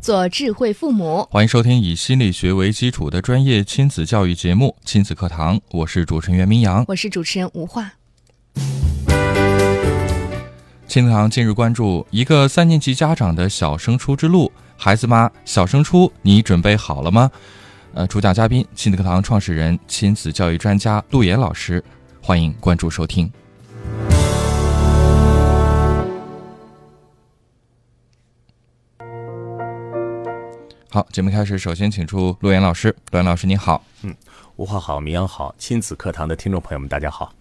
做智慧父母。欢迎收听以心理学为基础的专业亲子教育节目《亲子课堂》，我是主持人袁明阳。我是主持人吴化。亲子课堂近日关注一个三年级家长的小升初之路，孩子妈，小升初你准备好了吗？呃，主讲嘉宾亲子课堂创始人、亲子教育专家陆岩老师，欢迎关注收听。好，节目开始，首先请出陆岩老师。陆岩老师，你好。吴话好，明阳好，亲子课堂的听众朋友们，大家好。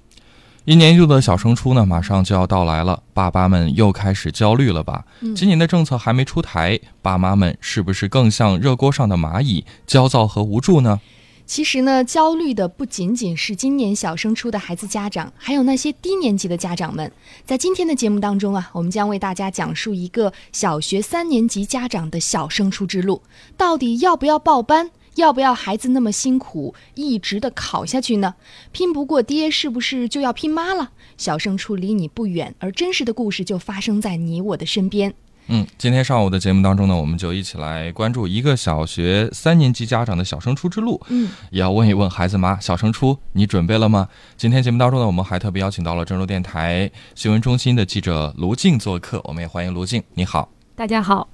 一年一度的小升初呢，马上就要到来了，爸爸们又开始焦虑了吧？今年的政策还没出台，爸妈们是不是更像热锅上的蚂蚁，焦躁和无助呢？其实呢，焦虑的不仅仅是今年小升初的孩子家长，还有那些低年级的家长们。在今天的节目当中啊，我们将为大家讲述一个小学三年级家长的小升初之路，到底要不要报班？要不要孩子那么辛苦一直的考下去呢？拼不过爹，是不是就要拼妈了？小升初离你不远，而真实的故事就发生在你我的身边。嗯，今天上午的节目当中呢，我们就一起来关注一个小学三年级家长的小升初之路。嗯，也要问一问孩子妈，小升初你准备了吗？今天节目当中呢，我们还特别邀请到了郑州电台新闻中心的记者卢静做客，我们也欢迎卢静。你好。大家好，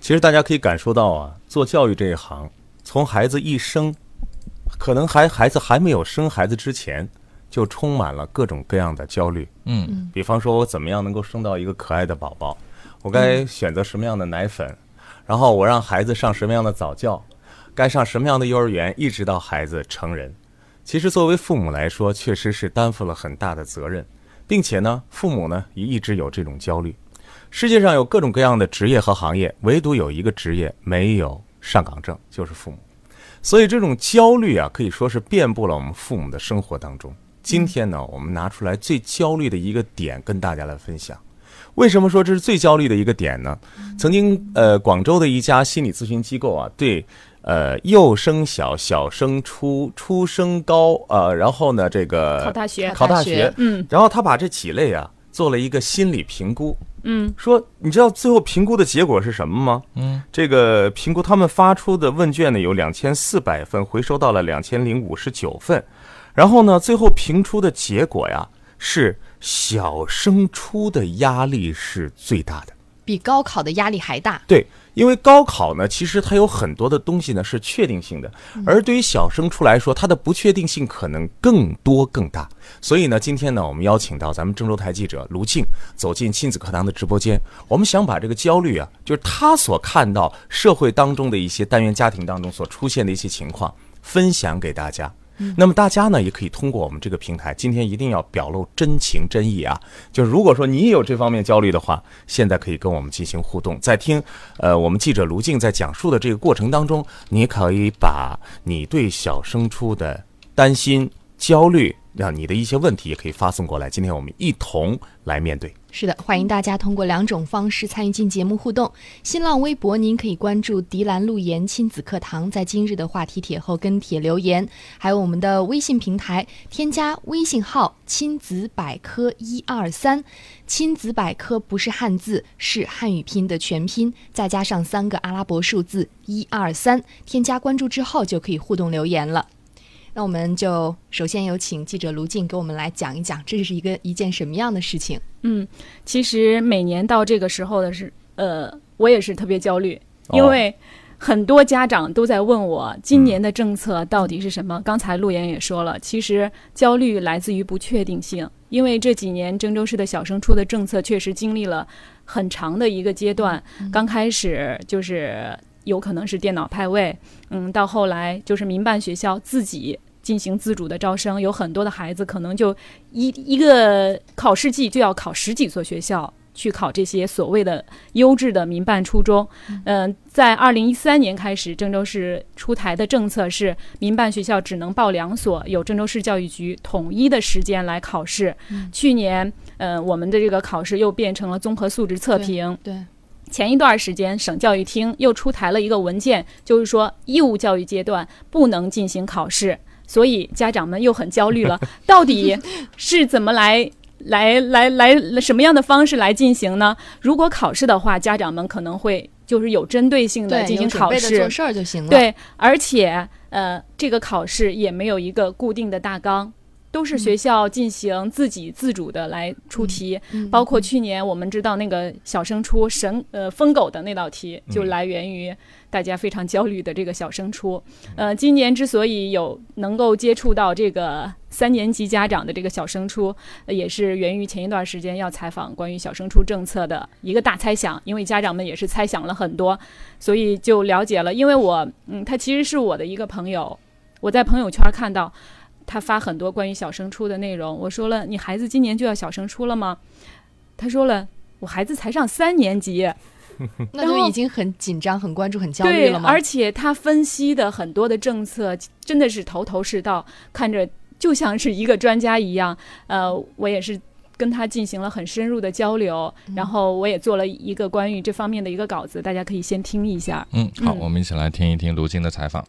其实大家可以感受到啊，做教育这一行，从孩子一生，可能还孩子还没有生孩子之前，就充满了各种各样的焦虑。嗯比方说，我怎么样能够生到一个可爱的宝宝？我该选择什么样的奶粉？然后我让孩子上什么样的早教？该上什么样的幼儿园？一直到孩子成人。其实，作为父母来说，确实是担负了很大的责任，并且呢，父母呢也一直有这种焦虑。世界上有各种各样的职业和行业，唯独有一个职业没有上岗证，就是父母。所以这种焦虑啊，可以说是遍布了我们父母的生活当中。今天呢，我们拿出来最焦虑的一个点跟大家来分享。为什么说这是最焦虑的一个点呢？嗯曾经，呃，广州的一家心理咨询机构啊，对，呃，幼升小、小升初、初升高，呃，然后呢，这个考大学，考大学学，嗯然后他把这几类啊做了一个心理评估，嗯，说你知道最后评估的结果是什么吗？嗯，这个评估他们发出的问卷呢有两千四百份，回收到了两千零五十九份，然后呢，最后评出的结果呀是小升初的压力是最大的。比高考的压力还大。对，因为高考呢，其实它有很多的东西呢是确定性的，而对于小升初来说，它的不确定性可能更多更大。所以呢，今天呢，我们邀请到咱们郑州台记者卢静走进亲子课堂的直播间，我们想把这个焦虑啊，就是他所看到社会当中的一些单元家庭当中所出现的一些情况，分享给大家。那么大家呢，也可以通过我们这个平台，今天一定要表露真情真意啊！就是如果说你也有这方面焦虑的话，现在可以跟我们进行互动。在听，呃，我们记者卢静在讲述的这个过程当中，你可以把你对小升初的担心、焦虑，让你的一些问题也可以发送过来。今天我们一同来面对。是的，欢迎大家通过两种方式参与进节目互动。新浪微博，您可以关注“迪兰路言亲子课堂”，在今日的话题帖后跟帖留言；还有我们的微信平台，添加微信号“亲子百科一二三”，亲子百科不是汉字，是汉语拼的全拼，再加上三个阿拉伯数字一二三，添加关注之后就可以互动留言了。那我们就首先有请记者卢静给我们来讲一讲，这是一个一件什么样的事情。嗯其实每年到这个时候的是，呃，我也是特别焦虑，哦因为很多家长都在问我今年的政策到底是什么。刚才陆岩也说了，其实焦虑来自于不确定性，因为这几年郑州市的小升初的政策确实经历了很长的一个阶段，刚开始就是有可能是电脑派位，嗯，到后来就是民办学校自己。进行自主的招生，有很多的孩子可能就一一个考试季就要考十几所学校，去考这些所谓的优质的民办初中。嗯、在二零一三年开始，郑州市出台的政策是，民办学校只能报两所，由郑州市教育局统一的时间来考试。嗯去年，呃，我们的这个考试又变成了综合素质测对评。对，前一段时间，省教育厅又出台了一个文件，就是说义务教育阶段不能进行考试，所以家长们又很焦虑 了，到底是怎么来？来来来，什么样的方式来进行呢？如果考试的话，家长们可能会就是有针对性的对，进行有准考备的试做，事儿就行了。，对，而且呃，这个考试也没有一个固定的大纲，都是学校进行自己自主的来出题。嗯包括去年我们知道那个小升初神呃疯狗的那道题，就嗯来源于大家非常焦虑的这个小升初。呃，今年之所以有能够接触到这个三年级家长的这个小升初，呃也是源于前一段时间要采访关于小升初政策的一个大猜想，因为家长们也是猜想了很多，所以就了解了。因为我嗯，他其实是我的一个朋友，我在朋友圈看到。他发很多关于小升初的内容，我说了，你孩子今年就要小升初了吗？他说了，我孩子才上三年级，嗯那就然后已经很紧张、很关注、很焦虑对，了嘛。而且他分析的很多的政策真的是头头是道，看着就像是一个专家一样。呃，我也是跟他进行了很深入的交流，然后我也做了一个关于这方面的一个稿子，大家可以先听一下。嗯，好，嗯我们一起来听一听卢静的采访。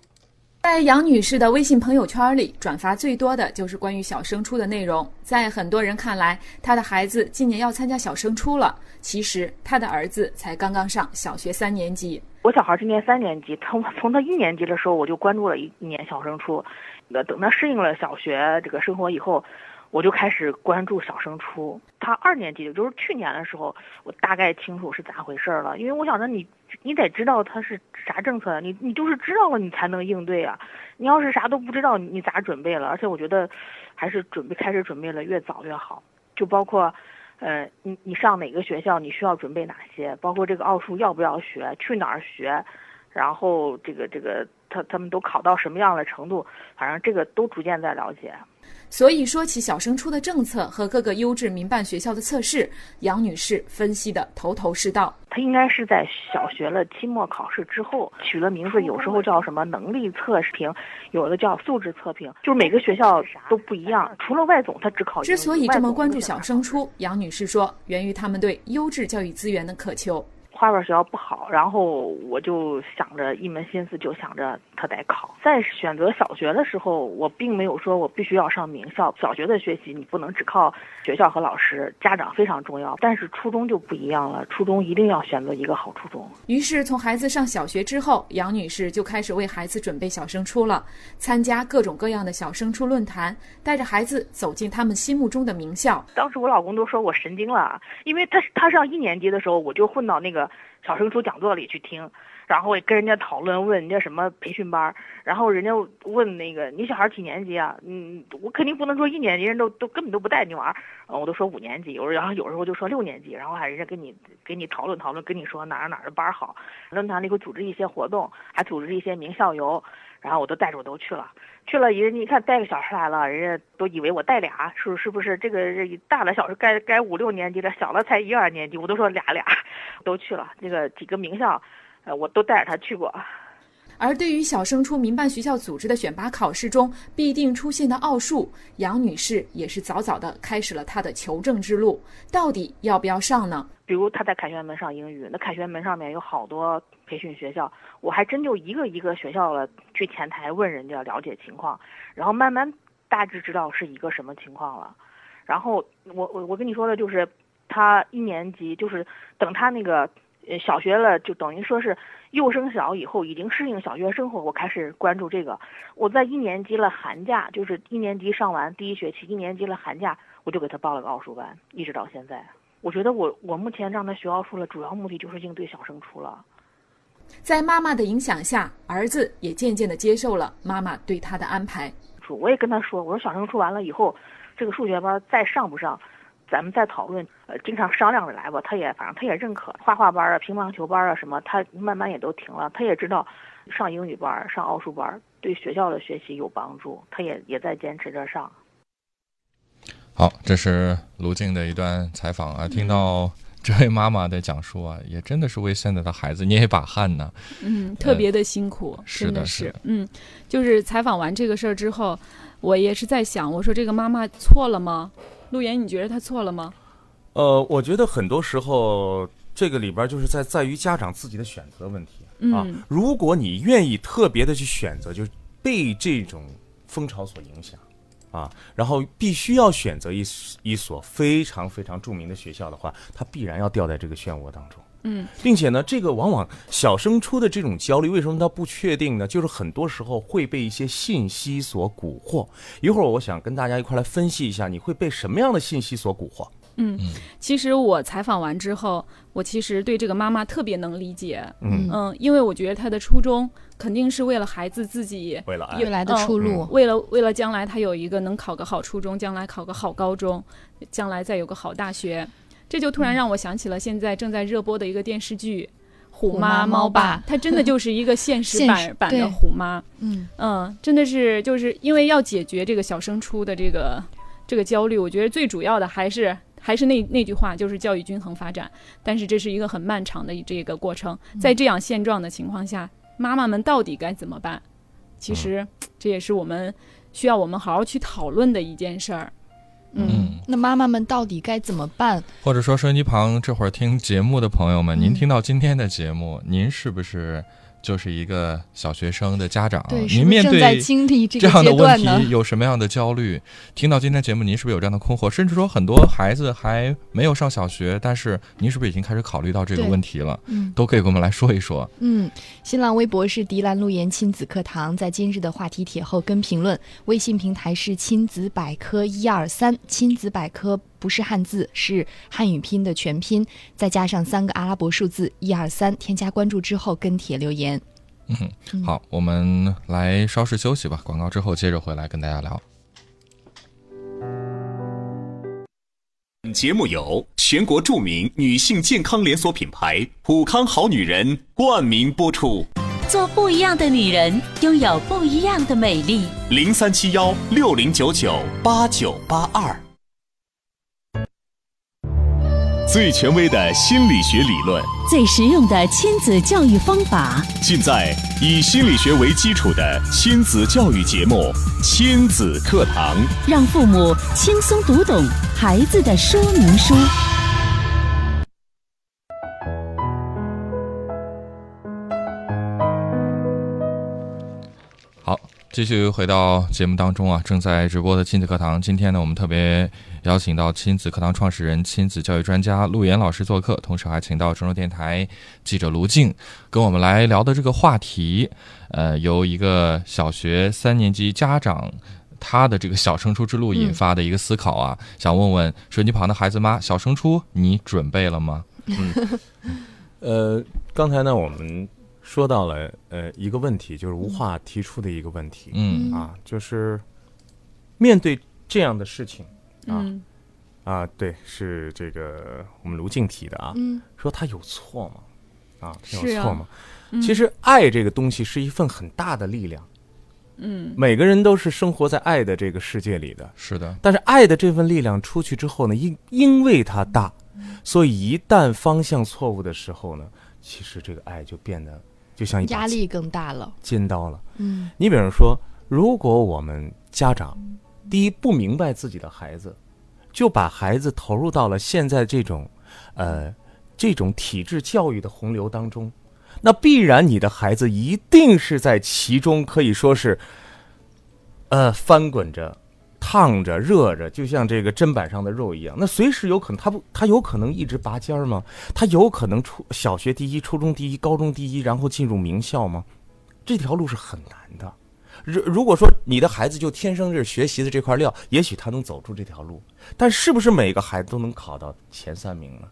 在杨女士的微信朋友圈里，转发最多的就是关于小升初的内容。在很多人看来，她的孩子今年要参加小升初了，其实她的儿子才刚刚上小学三年级。我小孩今年三年级，从从他一年级的时候我就关注了一一年小升初，那等他适应了小学这个生活以后，我就开始关注小升初。他二年级，也就是去年的时候，我大概清楚是咋回事儿了，因为我想着你你得知道他是啥政策，啊你你就是知道了你才能应对啊，你要是啥都不知道，你你咋准备了？而且我觉得还是准备开始准备了越早越好，就包括。呃，你你上哪个学校，你需要准备哪些，包括这个奥数要不要学，去哪儿学，然后这个这个他他们都考到什么样的程度，反正这个都逐渐在了解。所以说起小升初的政策和各个优质民办学校的测试，杨女士分析的头头是道。他应该是在小学了期末考试之后取了名字，有时候叫什么能力测评，有的叫素质测评，就是每个学校都不一样。除了外总，他只考英语之所以这么关注小，外总升初，杨女士说，源于他们对优质教育资源的渴求。花边学校不好，然后我就想着一门心思就想着他得考。在选择小学的时候，我并没有说我必须要上名校。小学的学习你不能只靠学校和老师，家长非常重要。但是初中就不一样了，初中一定要选择一个好初中。于是，从孩子上小学之后，杨女士就开始为孩子准备小升初了，参加各种各样的小升初论坛，带着孩子走进他们心目中的名校。当时我老公都说我神经了，啊因为他他上一年级的时候，我就混到那个小升初讲座里去听，然后也跟人家讨论，问人家什么培训班儿，然后人家问那个你小孩几年级啊？嗯，我肯定不能说一年级，人都都根本都不带你玩儿，呃我都说五年级，有时候然后有时候就说六年级，然后还人家跟你给你讨论讨论，跟你说哪儿哪儿的班儿好，论坛里会组织一些活动，还组织一些名校游，然后我都带着我都去了。去了人，一看带个小孩来了，人家都以为我带俩，是是不是？这个这大了小是该该五六年级了，小了才一二年级，我都说俩俩，都去了。那个几个名校，呃，我都带着他去过。而对于小升初民办学校组织的选拔考试中必定出现的奥数，杨女士也是早早的开始了她的求证之路。到底要不要上呢？比如他在凯旋门上英语，那凯旋门上面有好多培训学校，我还真就一个一个学校了去前台问人家了解情况，然后慢慢大致知道是一个什么情况了。然后我我我跟你说的就是，他一年级就是等他那个呃小学了，就等于说是幼升小以后已经适应小学生活，我开始关注这个。我在一年级了寒假，就是一年级上完第一学期，一年级了寒假，我就给他报了个奥数班，一直到现在。我觉得我我目前让他学奥数了，主要目的就是应对小升初了。在妈妈的影响下，儿子也渐渐的接受了妈妈对他的安排。说我也跟他说，我说小升初完了以后，这个数学班再上不上，咱们再讨论。呃，经常商量着来吧。他也反正他也认可画画班啊、乒乓球班啊什么，他慢慢也都停了。他也知道上英语班、上奥数班对学校的学习有帮助，他也也在坚持着上。好，这是卢静的一段采访啊，听到这位妈妈的讲述啊，也真的是为现在的孩子捏一把汗呢。嗯，特别的辛苦，是真的是，是的嗯，就是采访完这个事儿之后，我也是在想，我说这个妈妈错了吗？陆岩，你觉得她错了吗？呃，我觉得很多时候这个里边就是在在于家长自己的选择问题啊嗯。如果你愿意特别的去选择，就是被这种风潮所影响啊，然后必须要选择一一所非常非常著名的学校的话，他必然要掉在这个漩涡当中。嗯，并且呢，这个往往小升初的这种焦虑，为什么它不确定呢？就是很多时候会被一些信息所蛊惑。一会儿我想跟大家一块儿来分析一下，你会被什么样的信息所蛊惑？其实我采访完之后，我其实对这个妈妈特别能理解，嗯嗯，因为我觉得她的初衷肯定是为了孩子自己，为了爱未。嗯来的出路，为了为了将来他有一个能考个好初中，将来考个好高中，将来再有个好大学，这就突然让我想起了现在正在热播的一个电视剧《虎虎妈妈猫爸》爸， 它真的就是一个现实现版 实版的对虎妈，嗯，嗯，真的是就是因为要解决这个小升初的这个这个焦虑，我觉得最主要的还是。还是那那句话，就是教育均衡发展，但是这是一个很漫长的这个过程。嗯在这样现状的情况下，妈妈们到底该怎么办？其实这也是我们需要我们好好去讨论的一件事儿。嗯，嗯，啊那妈妈们到底该怎么办？或者说收音机旁这会儿听节目的朋友们，您嗯听到今天的节目，您是不是就是一个小学生的家长？对，是您不是面正在对经历这这个样的阶问段题呢？有什么样的焦虑？听到今天节目，您是不是有这样的困惑？甚至说很多孩子还没有上小学，但是您是不是已经开始考虑到这个对问题了？嗯都可以跟我们来说一说。嗯，新浪微博是迪兰路言亲子课堂，在今日的话题帖后跟评论，微信平台是亲子百科一二三，亲子百科不是汉字，是汉语拼的全拼，再加上三个阿拉伯数字一二三，添加关注之后跟帖留言。嗯好，我们来稍事休息吧，广告之后接着回来跟大家聊。本节目由全国著名女性健康连锁品牌普康好女人冠名播出，做不一样的女人，拥有不一样的美丽。零三七幺六零九九八九八二。最权威的心理学理论，最实用的亲子教育方法，尽在以心理学为基础的亲子教育节目《亲子课堂》。让父母轻松读懂孩子的说明书。好，继续回到节目当中啊，正在直播的亲子课堂，今天呢，我们特别邀请到亲子课堂创始人、亲子教育专家陆岩老师做客，同时还请到郑州电台记者卢静跟我们来聊的这个话题，呃，由一个小学三年级家长。他的这个小升初之路引发的一个思考啊，想问问手机旁的孩子妈，小升初你准备了吗？呃，刚才呢，我们说到了呃一个问题，就是吴化提出的一个问题、嗯啊，就是面对这样的事情啊、嗯啊，对，是这个我们卢静提的啊，嗯说他有错吗？啊，他是有啊错吗？嗯其实爱这个东西是一份很大的力量，嗯每个人都是生活在爱的这个世界里的，是的，但是爱的这份力量出去之后呢，因因为它大，所以一旦方向错误的时候呢，其实这个爱就变得就哎像一把压力更大了。尖刀了。嗯你比如说，如果我们家长第一不明白自己的孩子，就把孩子投入到了现在这种，呃，这种体制教育的洪流当中，那必然你的孩子一定是在其中可以说是，呃，翻滚着。烫着、热着，就像这个砧板上的肉一样。那随时有可能，他不，他有可能一直拔尖儿吗？他有可能初小学第一、初中第一、高中第一，然后进入名校吗？这条路是很难的。如如果说你的孩子就天生是学习的这块料，也许他能走出这条路，但是不是每个孩子都能考到前三名呢？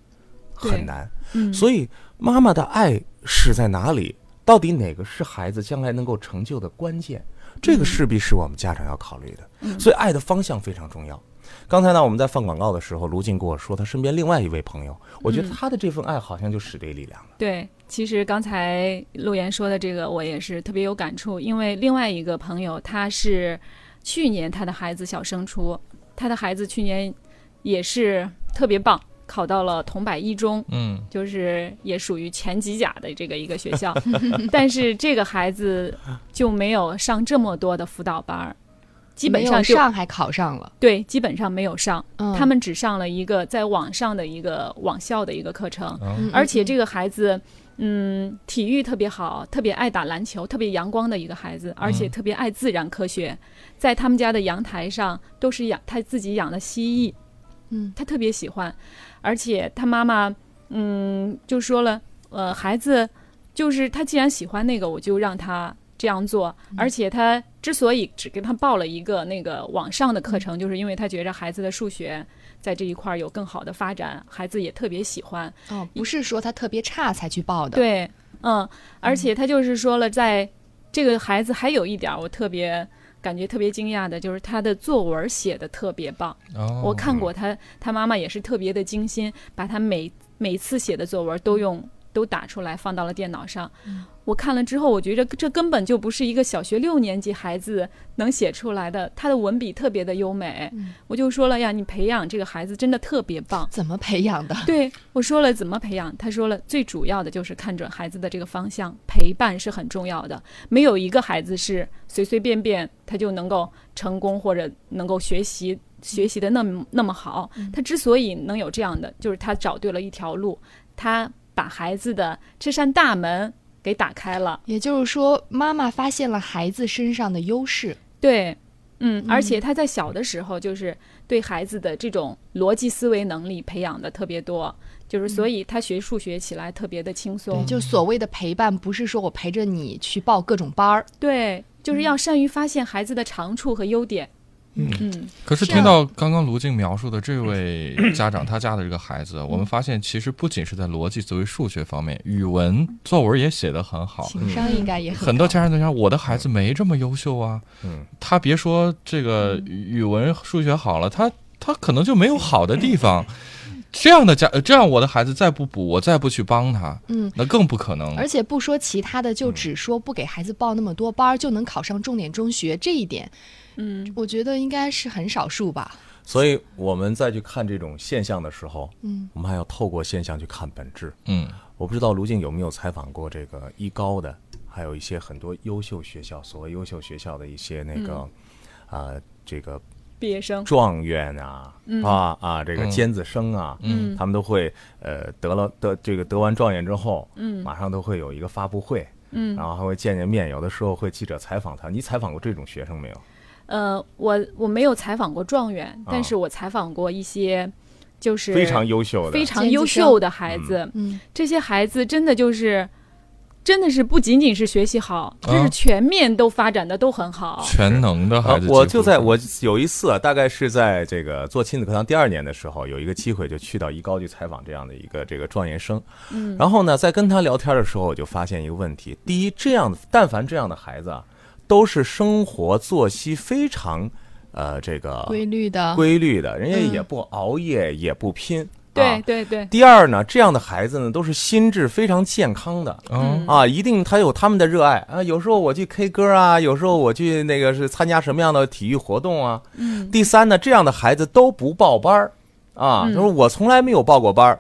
对很难。嗯，所以妈妈的爱是在哪里？到底哪个是孩子将来能够成就的关键？这个势必是我们家长要考虑的。所以爱的方向非常重要。刚才呢，我们在放广告的时候，卢静跟我说，他身边另外一位朋友，我觉得他的这份爱好像就使这力量了。对，其实刚才陆岩说的这个，我也是特别有感触，因为另外一个朋友他是去年他的孩子小升初，他的孩子去年也是特别棒，考到了桐柏一中，嗯就是也属于前几甲的这个一个学校， 但是这个孩子就没有上这么多的辅导班儿，基本没有上就上还考上了。对，基本上没有上，嗯他们只上了一个在网上的一个网校的一个课程，嗯而且这个孩子。嗯，体育特别好，特别爱打篮球，特别阳光的一个孩嗯子，而且特别爱自然科学。在他们家的阳台上都是养他自己养的蜥蜴，嗯他特别喜欢，而且他妈妈，嗯，就说了，呃，孩子就是他既然喜欢那个，我就让他这样做。嗯而且他之所以只给他报了一个那个网上的课程，嗯就是因为他觉着孩子的数学在这一块儿有更好的发展，孩子也特别喜欢。哦，不是说他特别差才去报的。，对，嗯，而且他就是说了，在这个孩子还有一点儿我特别感觉特别惊讶的，就是他的作文写的特别棒。哦，我看过他，他妈妈也是特别的精心，把他每每次写的作文都用都打出来，放到了电脑上。我看了之后，我觉着这根本就不是一个小学六年级孩子能写出来的。他的文笔特别的优美，我就说了呀，你培养这个孩子真的特别棒。怎么培养 的？对我说了怎么培养，他说了最主要的就是看准孩子的这个方向，陪伴是很重要的。没有一个孩子是随随便便他就能够成功或者能够学习学习的那么那么好。他之所以能有这样的，就是他找对了一条路，他把孩子的这扇大门给打开了。 也就是说，妈妈发现了孩子身上的优势。对，嗯，而且他在小的时候就是对孩子的这种逻辑思维能力培养的特别多，就是所以他学数学起来特别的轻松。就所谓的陪伴，不是说我陪着你去报各种班儿，对，嗯就是要善于发现孩子的长处和优点。嗯嗯，可是这听样到刚刚卢静描述的这位 家长他家的这个孩子，我们发现其实不仅是在逻辑思维、数学方面，语文作文也写得很好。情商应该也很很多高家长都想，我的孩子没这么优秀啊，嗯，他别说这个语文、数学好了，他他可能就没有好的地方。这样的家，呃这样我的孩子再不补，我再不去帮他，嗯，那更不可能。而且不说其他的，就嗯只说不给孩子报那么多班儿，就能考上重点中学，这一点，嗯，我觉得应该是很少数吧。所以我们再去看这种现象的时候，嗯，我们还要透过现象去看本质。嗯我不知道卢静有没有采访过这个一高的，还有一些很多优秀学校，所谓优秀学校的一些那个，啊，这个毕业生，状元啊，啊啊，这个尖子生啊，嗯他们都会呃得了得这个得完状元之后，嗯，马上都会有一个发布会，嗯，然后还会见见面，有的时候会记者采访他。你采访过这种学生没有？嗯呃，我我没有采访过状元，但是我采访过一些，就是非常优秀的，非常优秀的孩子。嗯，这些孩子真的就是。真的是不仅仅是学习好，就啊是全面都发展的都很好。全能的孩啊子、，我就在我有一次啊，大概是在这个做亲子课堂第二年的时候，有一个机会就去到一高去采访这样的一个这个状元生。嗯，然后呢，在跟他聊天的时候，我就发现一个问题：第一，这样的但凡这样的孩子啊，都是生活作息非常呃这个规律的，规律的，人家也不熬夜，也不拼。对啊对对，第二呢，这样的孩子呢，都是心智非常健康的。嗯啊，一定他有他们的热爱啊。有时候我去 K 歌啊，有时候我去那个是参加什么样的体育活动啊。嗯。第三呢，这样的孩子都不报班儿啊，就是我从来没有报过班儿。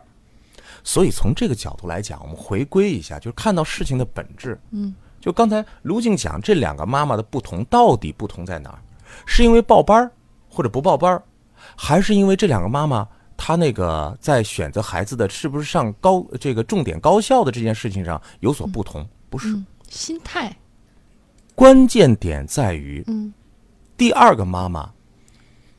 所以从这个角度来讲，我们回归一下，就是看到事情的本质。嗯，就刚才卢静讲这两个妈妈的不同，到底不同在哪儿？是因为报班儿或者不报班儿，还是因为这两个妈妈她那个在选择孩子的是不是上高这个重点高校的这件事情上有所不同？不是，嗯，心态，关键点在于嗯第二个妈妈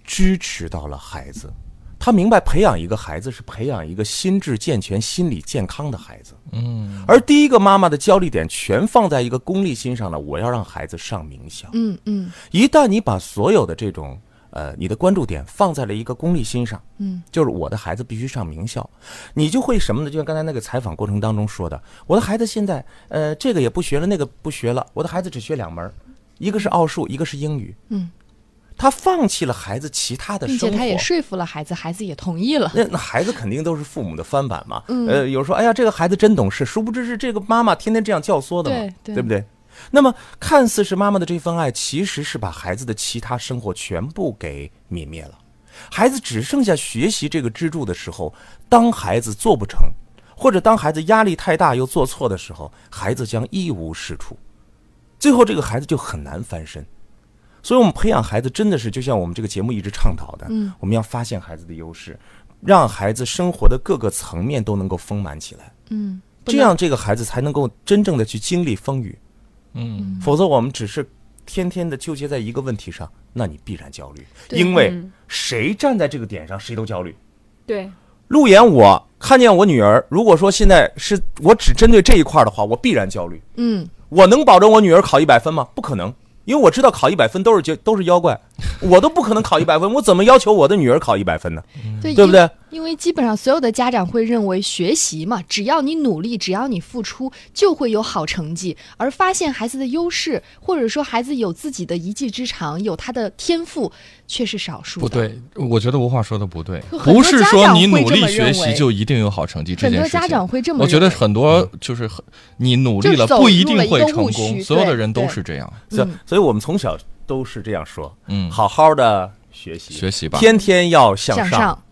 支持到了孩子，她明白培养一个孩子是培养一个心智健全、心理健康的孩子。嗯而第一个妈妈的焦虑点全放在一个功利心上了，我要让孩子上名校。嗯嗯一旦你把所有的这种呃你的关注点放在了一个功利心上，嗯，就是我的孩子必须上名校，你就会什么呢？就像刚才那个采访过程当中说的，我的孩子现在呃这个也不学了，那个不学了，我的孩子只学两门儿，一个是奥数，一个是英语，嗯，他放弃了孩子其他的并生活，且他也说服了孩子，孩子也同意了。那那孩子肯定都是父母的翻版嘛。嗯呃，有时候哎呀，这个孩子真懂事，殊不知是这个妈妈天天这样教唆的嘛，对对不对？那么看似是妈妈的这份爱，其实是把孩子的其他生活全部给泯灭了。孩子只剩下学习这个支柱的时候，当孩子做不成，或者当孩子压力太大又做错的时候，孩子将一无是处，最后这个孩子就很难翻身。所以，我们培养孩子真的是就像我们这个节目一直倡导的，嗯我们要发现孩子的优势，让孩子生活的各个层面都能够丰满起来，嗯，不这能样这个孩子才能够真正的去经历风雨。嗯，否则我们只是天天的纠结在一个问题上，那你必然焦虑，对因为嗯谁站在这个点上，谁都焦虑。对，路演我看见我女儿，如果说现在是我只针对这一块儿的话，我必然焦虑。嗯我能保证我女儿考一百分吗？不可能，因为我知道考一百分都是就都是妖怪， 我都不可能考一百分，我怎么要求我的女儿考一百分呢？对对不对？因因为基本上所有的家长会认为学习嘛，只要你努力，只要你付出，就会有好成绩。而发现孩子的优势，或者说孩子有自己的一技之长，有他的天赋，却是少数不，的。对，我觉得吴话说的不对，很多不是说你努力家长会这么学认为习就一定有好成绩这很件多事情。家长会这么我觉得认为很多嗯就是很你努力就了走不一入定了一会个成误功，区所有的对人都对是这样。所以嗯所以我们从小都是这样说，嗯，好好的学习，学习吧天天要向向上。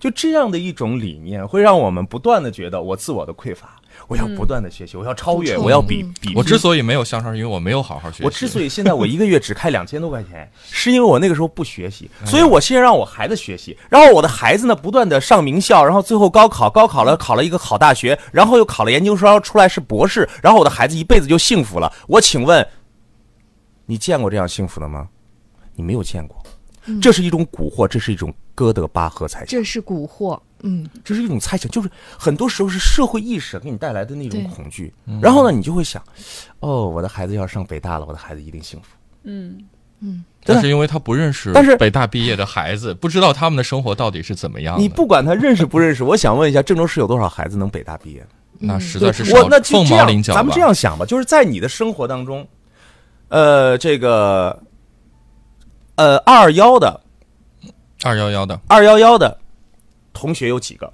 就这样的一种理念，会让我们不断的觉得我自我的匮乏，我要不断的学习，我要超越，嗯补充我要比嗯比。我之所以没有向上，因为我没有好好学习。我之所以现在我一个月只开两千多块钱，是因为我那个时候不学习，所以我先让我孩子学习，然后我的孩子呢不断的上名校，然后最后高考，高考了考了一个好大学，然后又考了研究生，出来是博士，然后我的孩子一辈子就幸福了。我请问，你见过这样幸福的吗？你没有见过，这是一种蛊惑，这是一种哥德巴赫猜想。这是蛊惑。嗯，这是一种猜想，就是很多时候是社会意识给你带来的那种对恐惧。然后呢，你就会想，哦，我的孩子要上北大了，我的孩子一定幸福。嗯，但是因为他不认识，但是北大毕业的孩子不知道他们的生活到底是怎么样的。你不管他认识不认 识，我想问一下，郑州市有多少孩子能北大毕业呢？那实在是我少那就凤这毛样，麟角吧。咱们这样想吧，就是在你的生活当中，呃，这个，呃，二幺的、二幺幺的，二幺幺的同学有几个？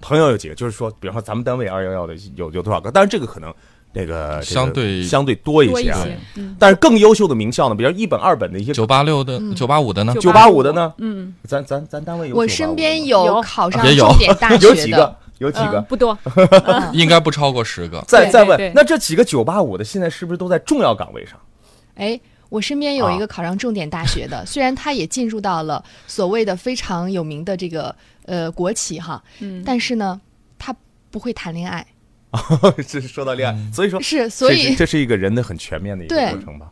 朋友有几个？就是说，比方说咱们单位二幺幺的有有多少个？但是这个可能。这个这个相对相对多一多一些啊，些，嗯，但是更优秀的名校呢，比如一本、二本的一些九八六的、嗯九八五的呢？九八五的呢，嗯，咱咱咱单位有我985身边吗有有考上也有重点大 有学几的个，有几个嗯，不多，应该不超过十个。再对再对问对，那这几个九八五的现在是不是都在重要岗位上？ 哎，我身边有啊一个考上重点大学的，虽然他也进入到了所谓的非常有名的这个呃国企哈，嗯，但是呢，他不会谈恋爱，这是说到恋爱，所以说，是嗯所这是以这是一个人的很全面的一个对过程吧。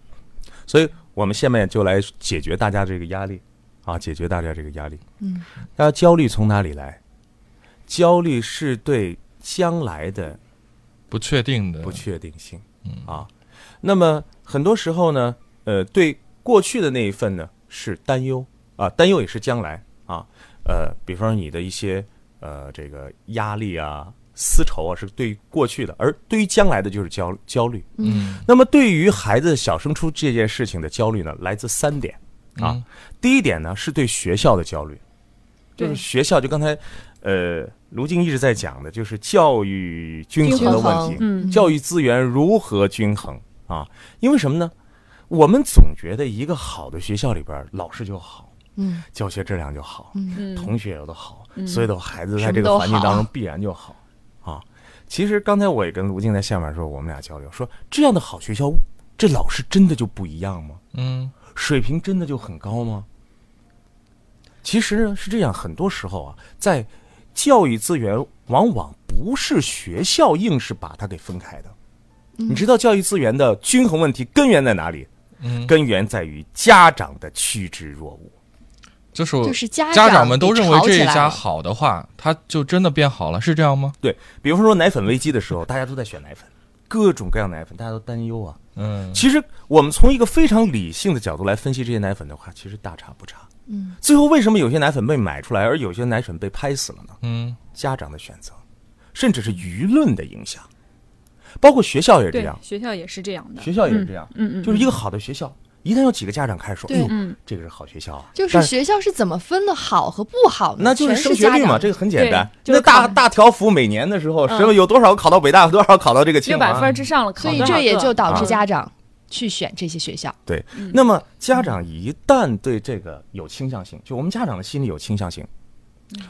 所以我们下面就来解决大家这个压力啊，解决大家这个压力。嗯，大家焦虑从哪里来？焦虑是对将来的不确定的，不确定性，啊，那么很多时候呢，呃，对过去的那一份呢是担忧啊，担忧也是将来啊，呃，比方说你的一些呃这个压力啊、丝绸啊，是对于过去的，而对于将来的就是焦焦虑。嗯那么对于孩子小升初这件事情的焦虑呢，来自三点啊，嗯第一点呢是对学校的焦虑，就对是学校就刚才呃卢静一直在讲的，就是教育均衡的问题，嗯教育资源如何均衡啊？因为什么呢？我们总觉得一个好的学校里边，老师就好，嗯教学质量就好，嗯同学有的好，所有的孩子在什么这个都环境当好中必然就好啊。其实刚才我也跟卢静在下面说，我们俩交流说，这样的好学校，这老师真的就不一样吗？嗯，水平真的就很高吗？其实呢是这样，很多时候啊，在教育资源往往不是学校硬是把它给分开的。你知道教育资源的均衡问题根源在哪里？嗯根源在于家长的趋之若鹜。就是就是家家长们给都认为吵这起一来家了好的话，他就真的变好了，是这样吗？对比方说奶粉危机的时候，大家都在选奶粉，各种各样奶粉，大家都担忧啊。嗯，其实我们从一个非常理性的角度来分析这些奶粉的话，其实大差不差。嗯，最后为什么有些奶粉被买出来，而有些奶粉被拍死了呢？嗯，家长的选择，甚至是舆论的影响，包括学校也这对样，，学校也是这样的，学校也是这样，嗯嗯，就是一个好的学校，一旦有几个家长开始说，哎对呦，嗯这个是好学校啊，就是但学校是怎么分的好和不好呢？那就是全升是学家率嘛，长这个很简单。对就是那大考大条幅每年的时候，什么有多少考到北大，有多少考到这个清六华百分之上了，所以考多少这也个就导致啊家长去选这些学校。对，那么家长一旦对这个有倾向性，就我们家长的心里有倾向性，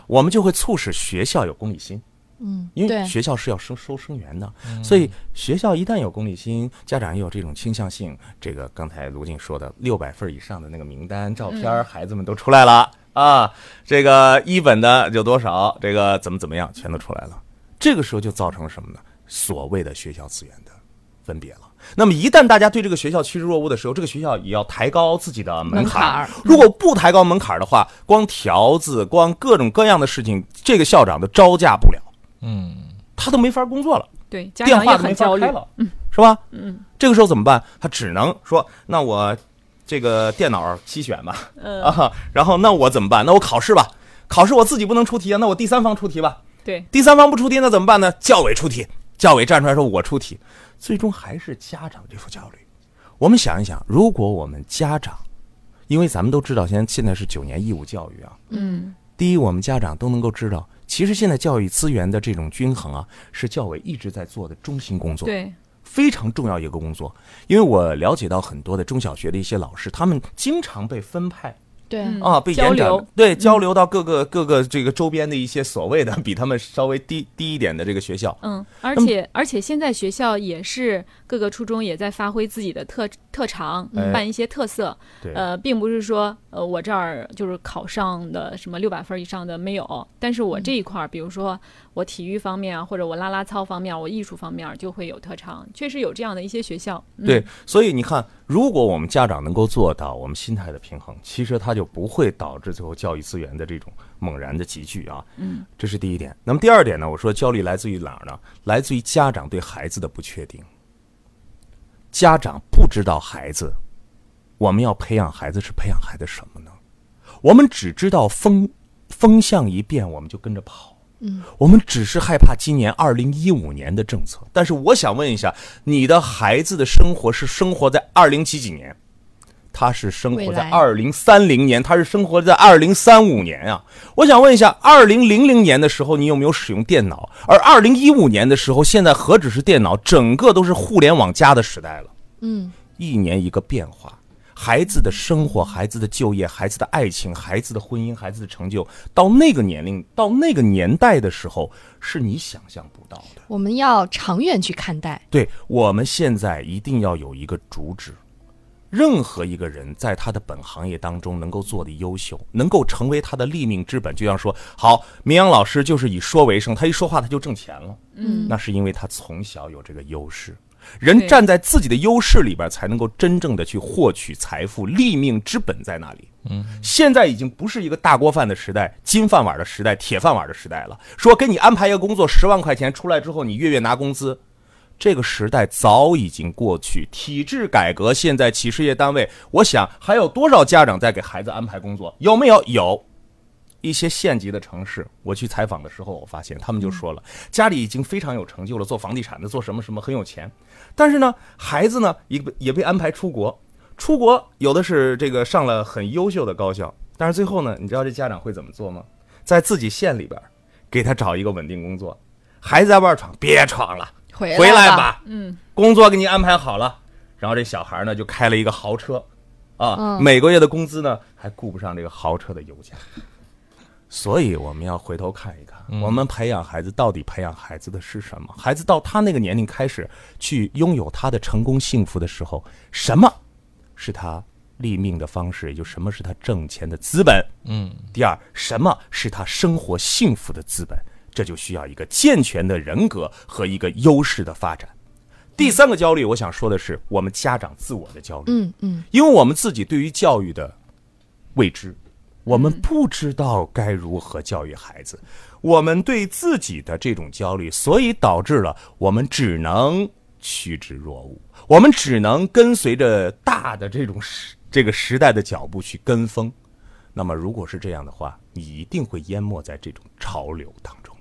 我们就会促使学校有公理心。嗯，因为对学校是要收收生源的，所以学校一旦有公理心，家长也有这种倾向性。这个刚才卢静说的六百份以上的那个名单照片嗯儿，孩子们都出来了啊。这个一本的有多少？这个怎么怎么样，全都出来了。这个时候就造成什么呢？所谓的学校资源的分别了。那么一旦大家对这个学校趋之若鹜的时候，这个学校也要抬高自己的门槛。门槛儿嗯如果不抬高门槛儿的话，光条子、光各种各样的事情，这个校长都招架不了。嗯，他都没法工作了，对，家电长话也都没很法焦虑开。了，是吧？嗯，这个时候怎么办？他只能说，那我这个电脑七选吧，嗯啊，然后那我怎么办？那我考试吧，考试我自己不能出题啊，那我第三方出题吧，对，第三方不出题那怎么办呢？教委出题，教委站出来说我出题，最终还是家长这副焦虑。我们想一想，如果我们家长，因为咱们都知道，现在现在是九年义务教育啊，嗯，第一，我们家长都能够知道，其实现在教育资源的这种均衡啊，是教委一直在做的中心工作，对，非常重要一个工作。因为我了解到很多的中小学的一些老师，他们经常被分派对，嗯啊，被交延展流，嗯对交流到各个、各个这个周边的一些所谓的比他们稍微低低一点的这个学校。嗯，而那么且而且现在学校也是各个初中也在发挥自己的特特长，嗯哎办一些特色。对呃，并不是说呃我这儿就是考上的什么六百分以上的没有，但是嗯我这一块儿，比如说我体育方面啊，或者我啦啦操方面啊，我艺术方面儿就会有特长，确实有这样的一些学校。嗯、对，所以你看，如果我们家长能够做到我们心态的平衡，其实它就不会导致最后教育资源的这种猛然的集聚啊。嗯，这是第一点。那么第二点呢？我说焦虑来自于哪儿呢？来自于家长对孩子的不确定。家长不知道孩子，我们要培养孩子是培养孩子什么呢？我们只知道风风向一变，我们就跟着跑。嗯我们只是害怕今年二零一五年的政策，但是我想问一下，你的孩子的生活是生活在二零几几年？他是生活未在来二零三零年，他是生活在二零三五年啊！我想问一下，二零零零年的时候你有没有使用电脑？而二零一五年的时候，现在何止是电脑，整个都是互联网加的时代了。嗯，一年一个变化，孩子的生活、孩子的就业、孩子的爱情、孩子的婚姻、孩子的成就，到那个年龄、到那个年代的时候，是你想象不到的。我们要长远去看待。对我们现在一定要有一个主旨。任何一个人在他的本行业当中能够做的优秀，能够成为他的立命之本，就像说，好，明阳老师就是以说为生，他一说话他就挣钱了。嗯，那是因为他从小有这个优势。人对站在自己的优势里边，才能够真正的去获取财富，立命之本在那里。嗯，现在已经不是一个大锅饭的时代、金饭碗的时代、铁饭碗的时代了。说给你安排一个工作，十万块钱出来之后，你月月拿工资，这个时代早已经过去。体制改革，现在企事业单位，我想还有多少家长在给孩子安排工作？有没有？有，一些县级的城市，我去采访的时候，我发现他们就说了，家里已经非常有成就了，做房地产的，做什么什么很有钱，但是呢，孩子呢也被也被安排出国，出国有的是这个上了很优秀的高校，但是最后呢，你知道这家长会怎么做吗？在自己县里边儿给他找一个稳定工作，孩子在外闯，别闯了，回回来吧，吧，嗯，工作给你安排好了，然后这小孩呢就开了一个豪车，啊，嗯每个月的工资呢还顾不上这个豪车的油价，所以我们要回头看一看，我们培养孩子到底培养孩子的是什么？孩子到他那个年龄开始去拥有他的成功幸福的时候，什么是他立命的方式，也就什么是他挣钱的资本？嗯，第二，什么是他生活幸福的资本？这就需要一个健全的人格和一个优势的发展。第三个焦虑，我想说的是我们家长自我的焦虑。嗯嗯，因为我们自己对于教育的未知，我们不知道该如何教育孩子，我们对自己的这种焦虑，所以导致了我们只能趋之若鹜，我们只能跟随着大的这种时这个时代的脚步去跟风。那么，如果是这样的话，你一定会淹没在这种潮流当中。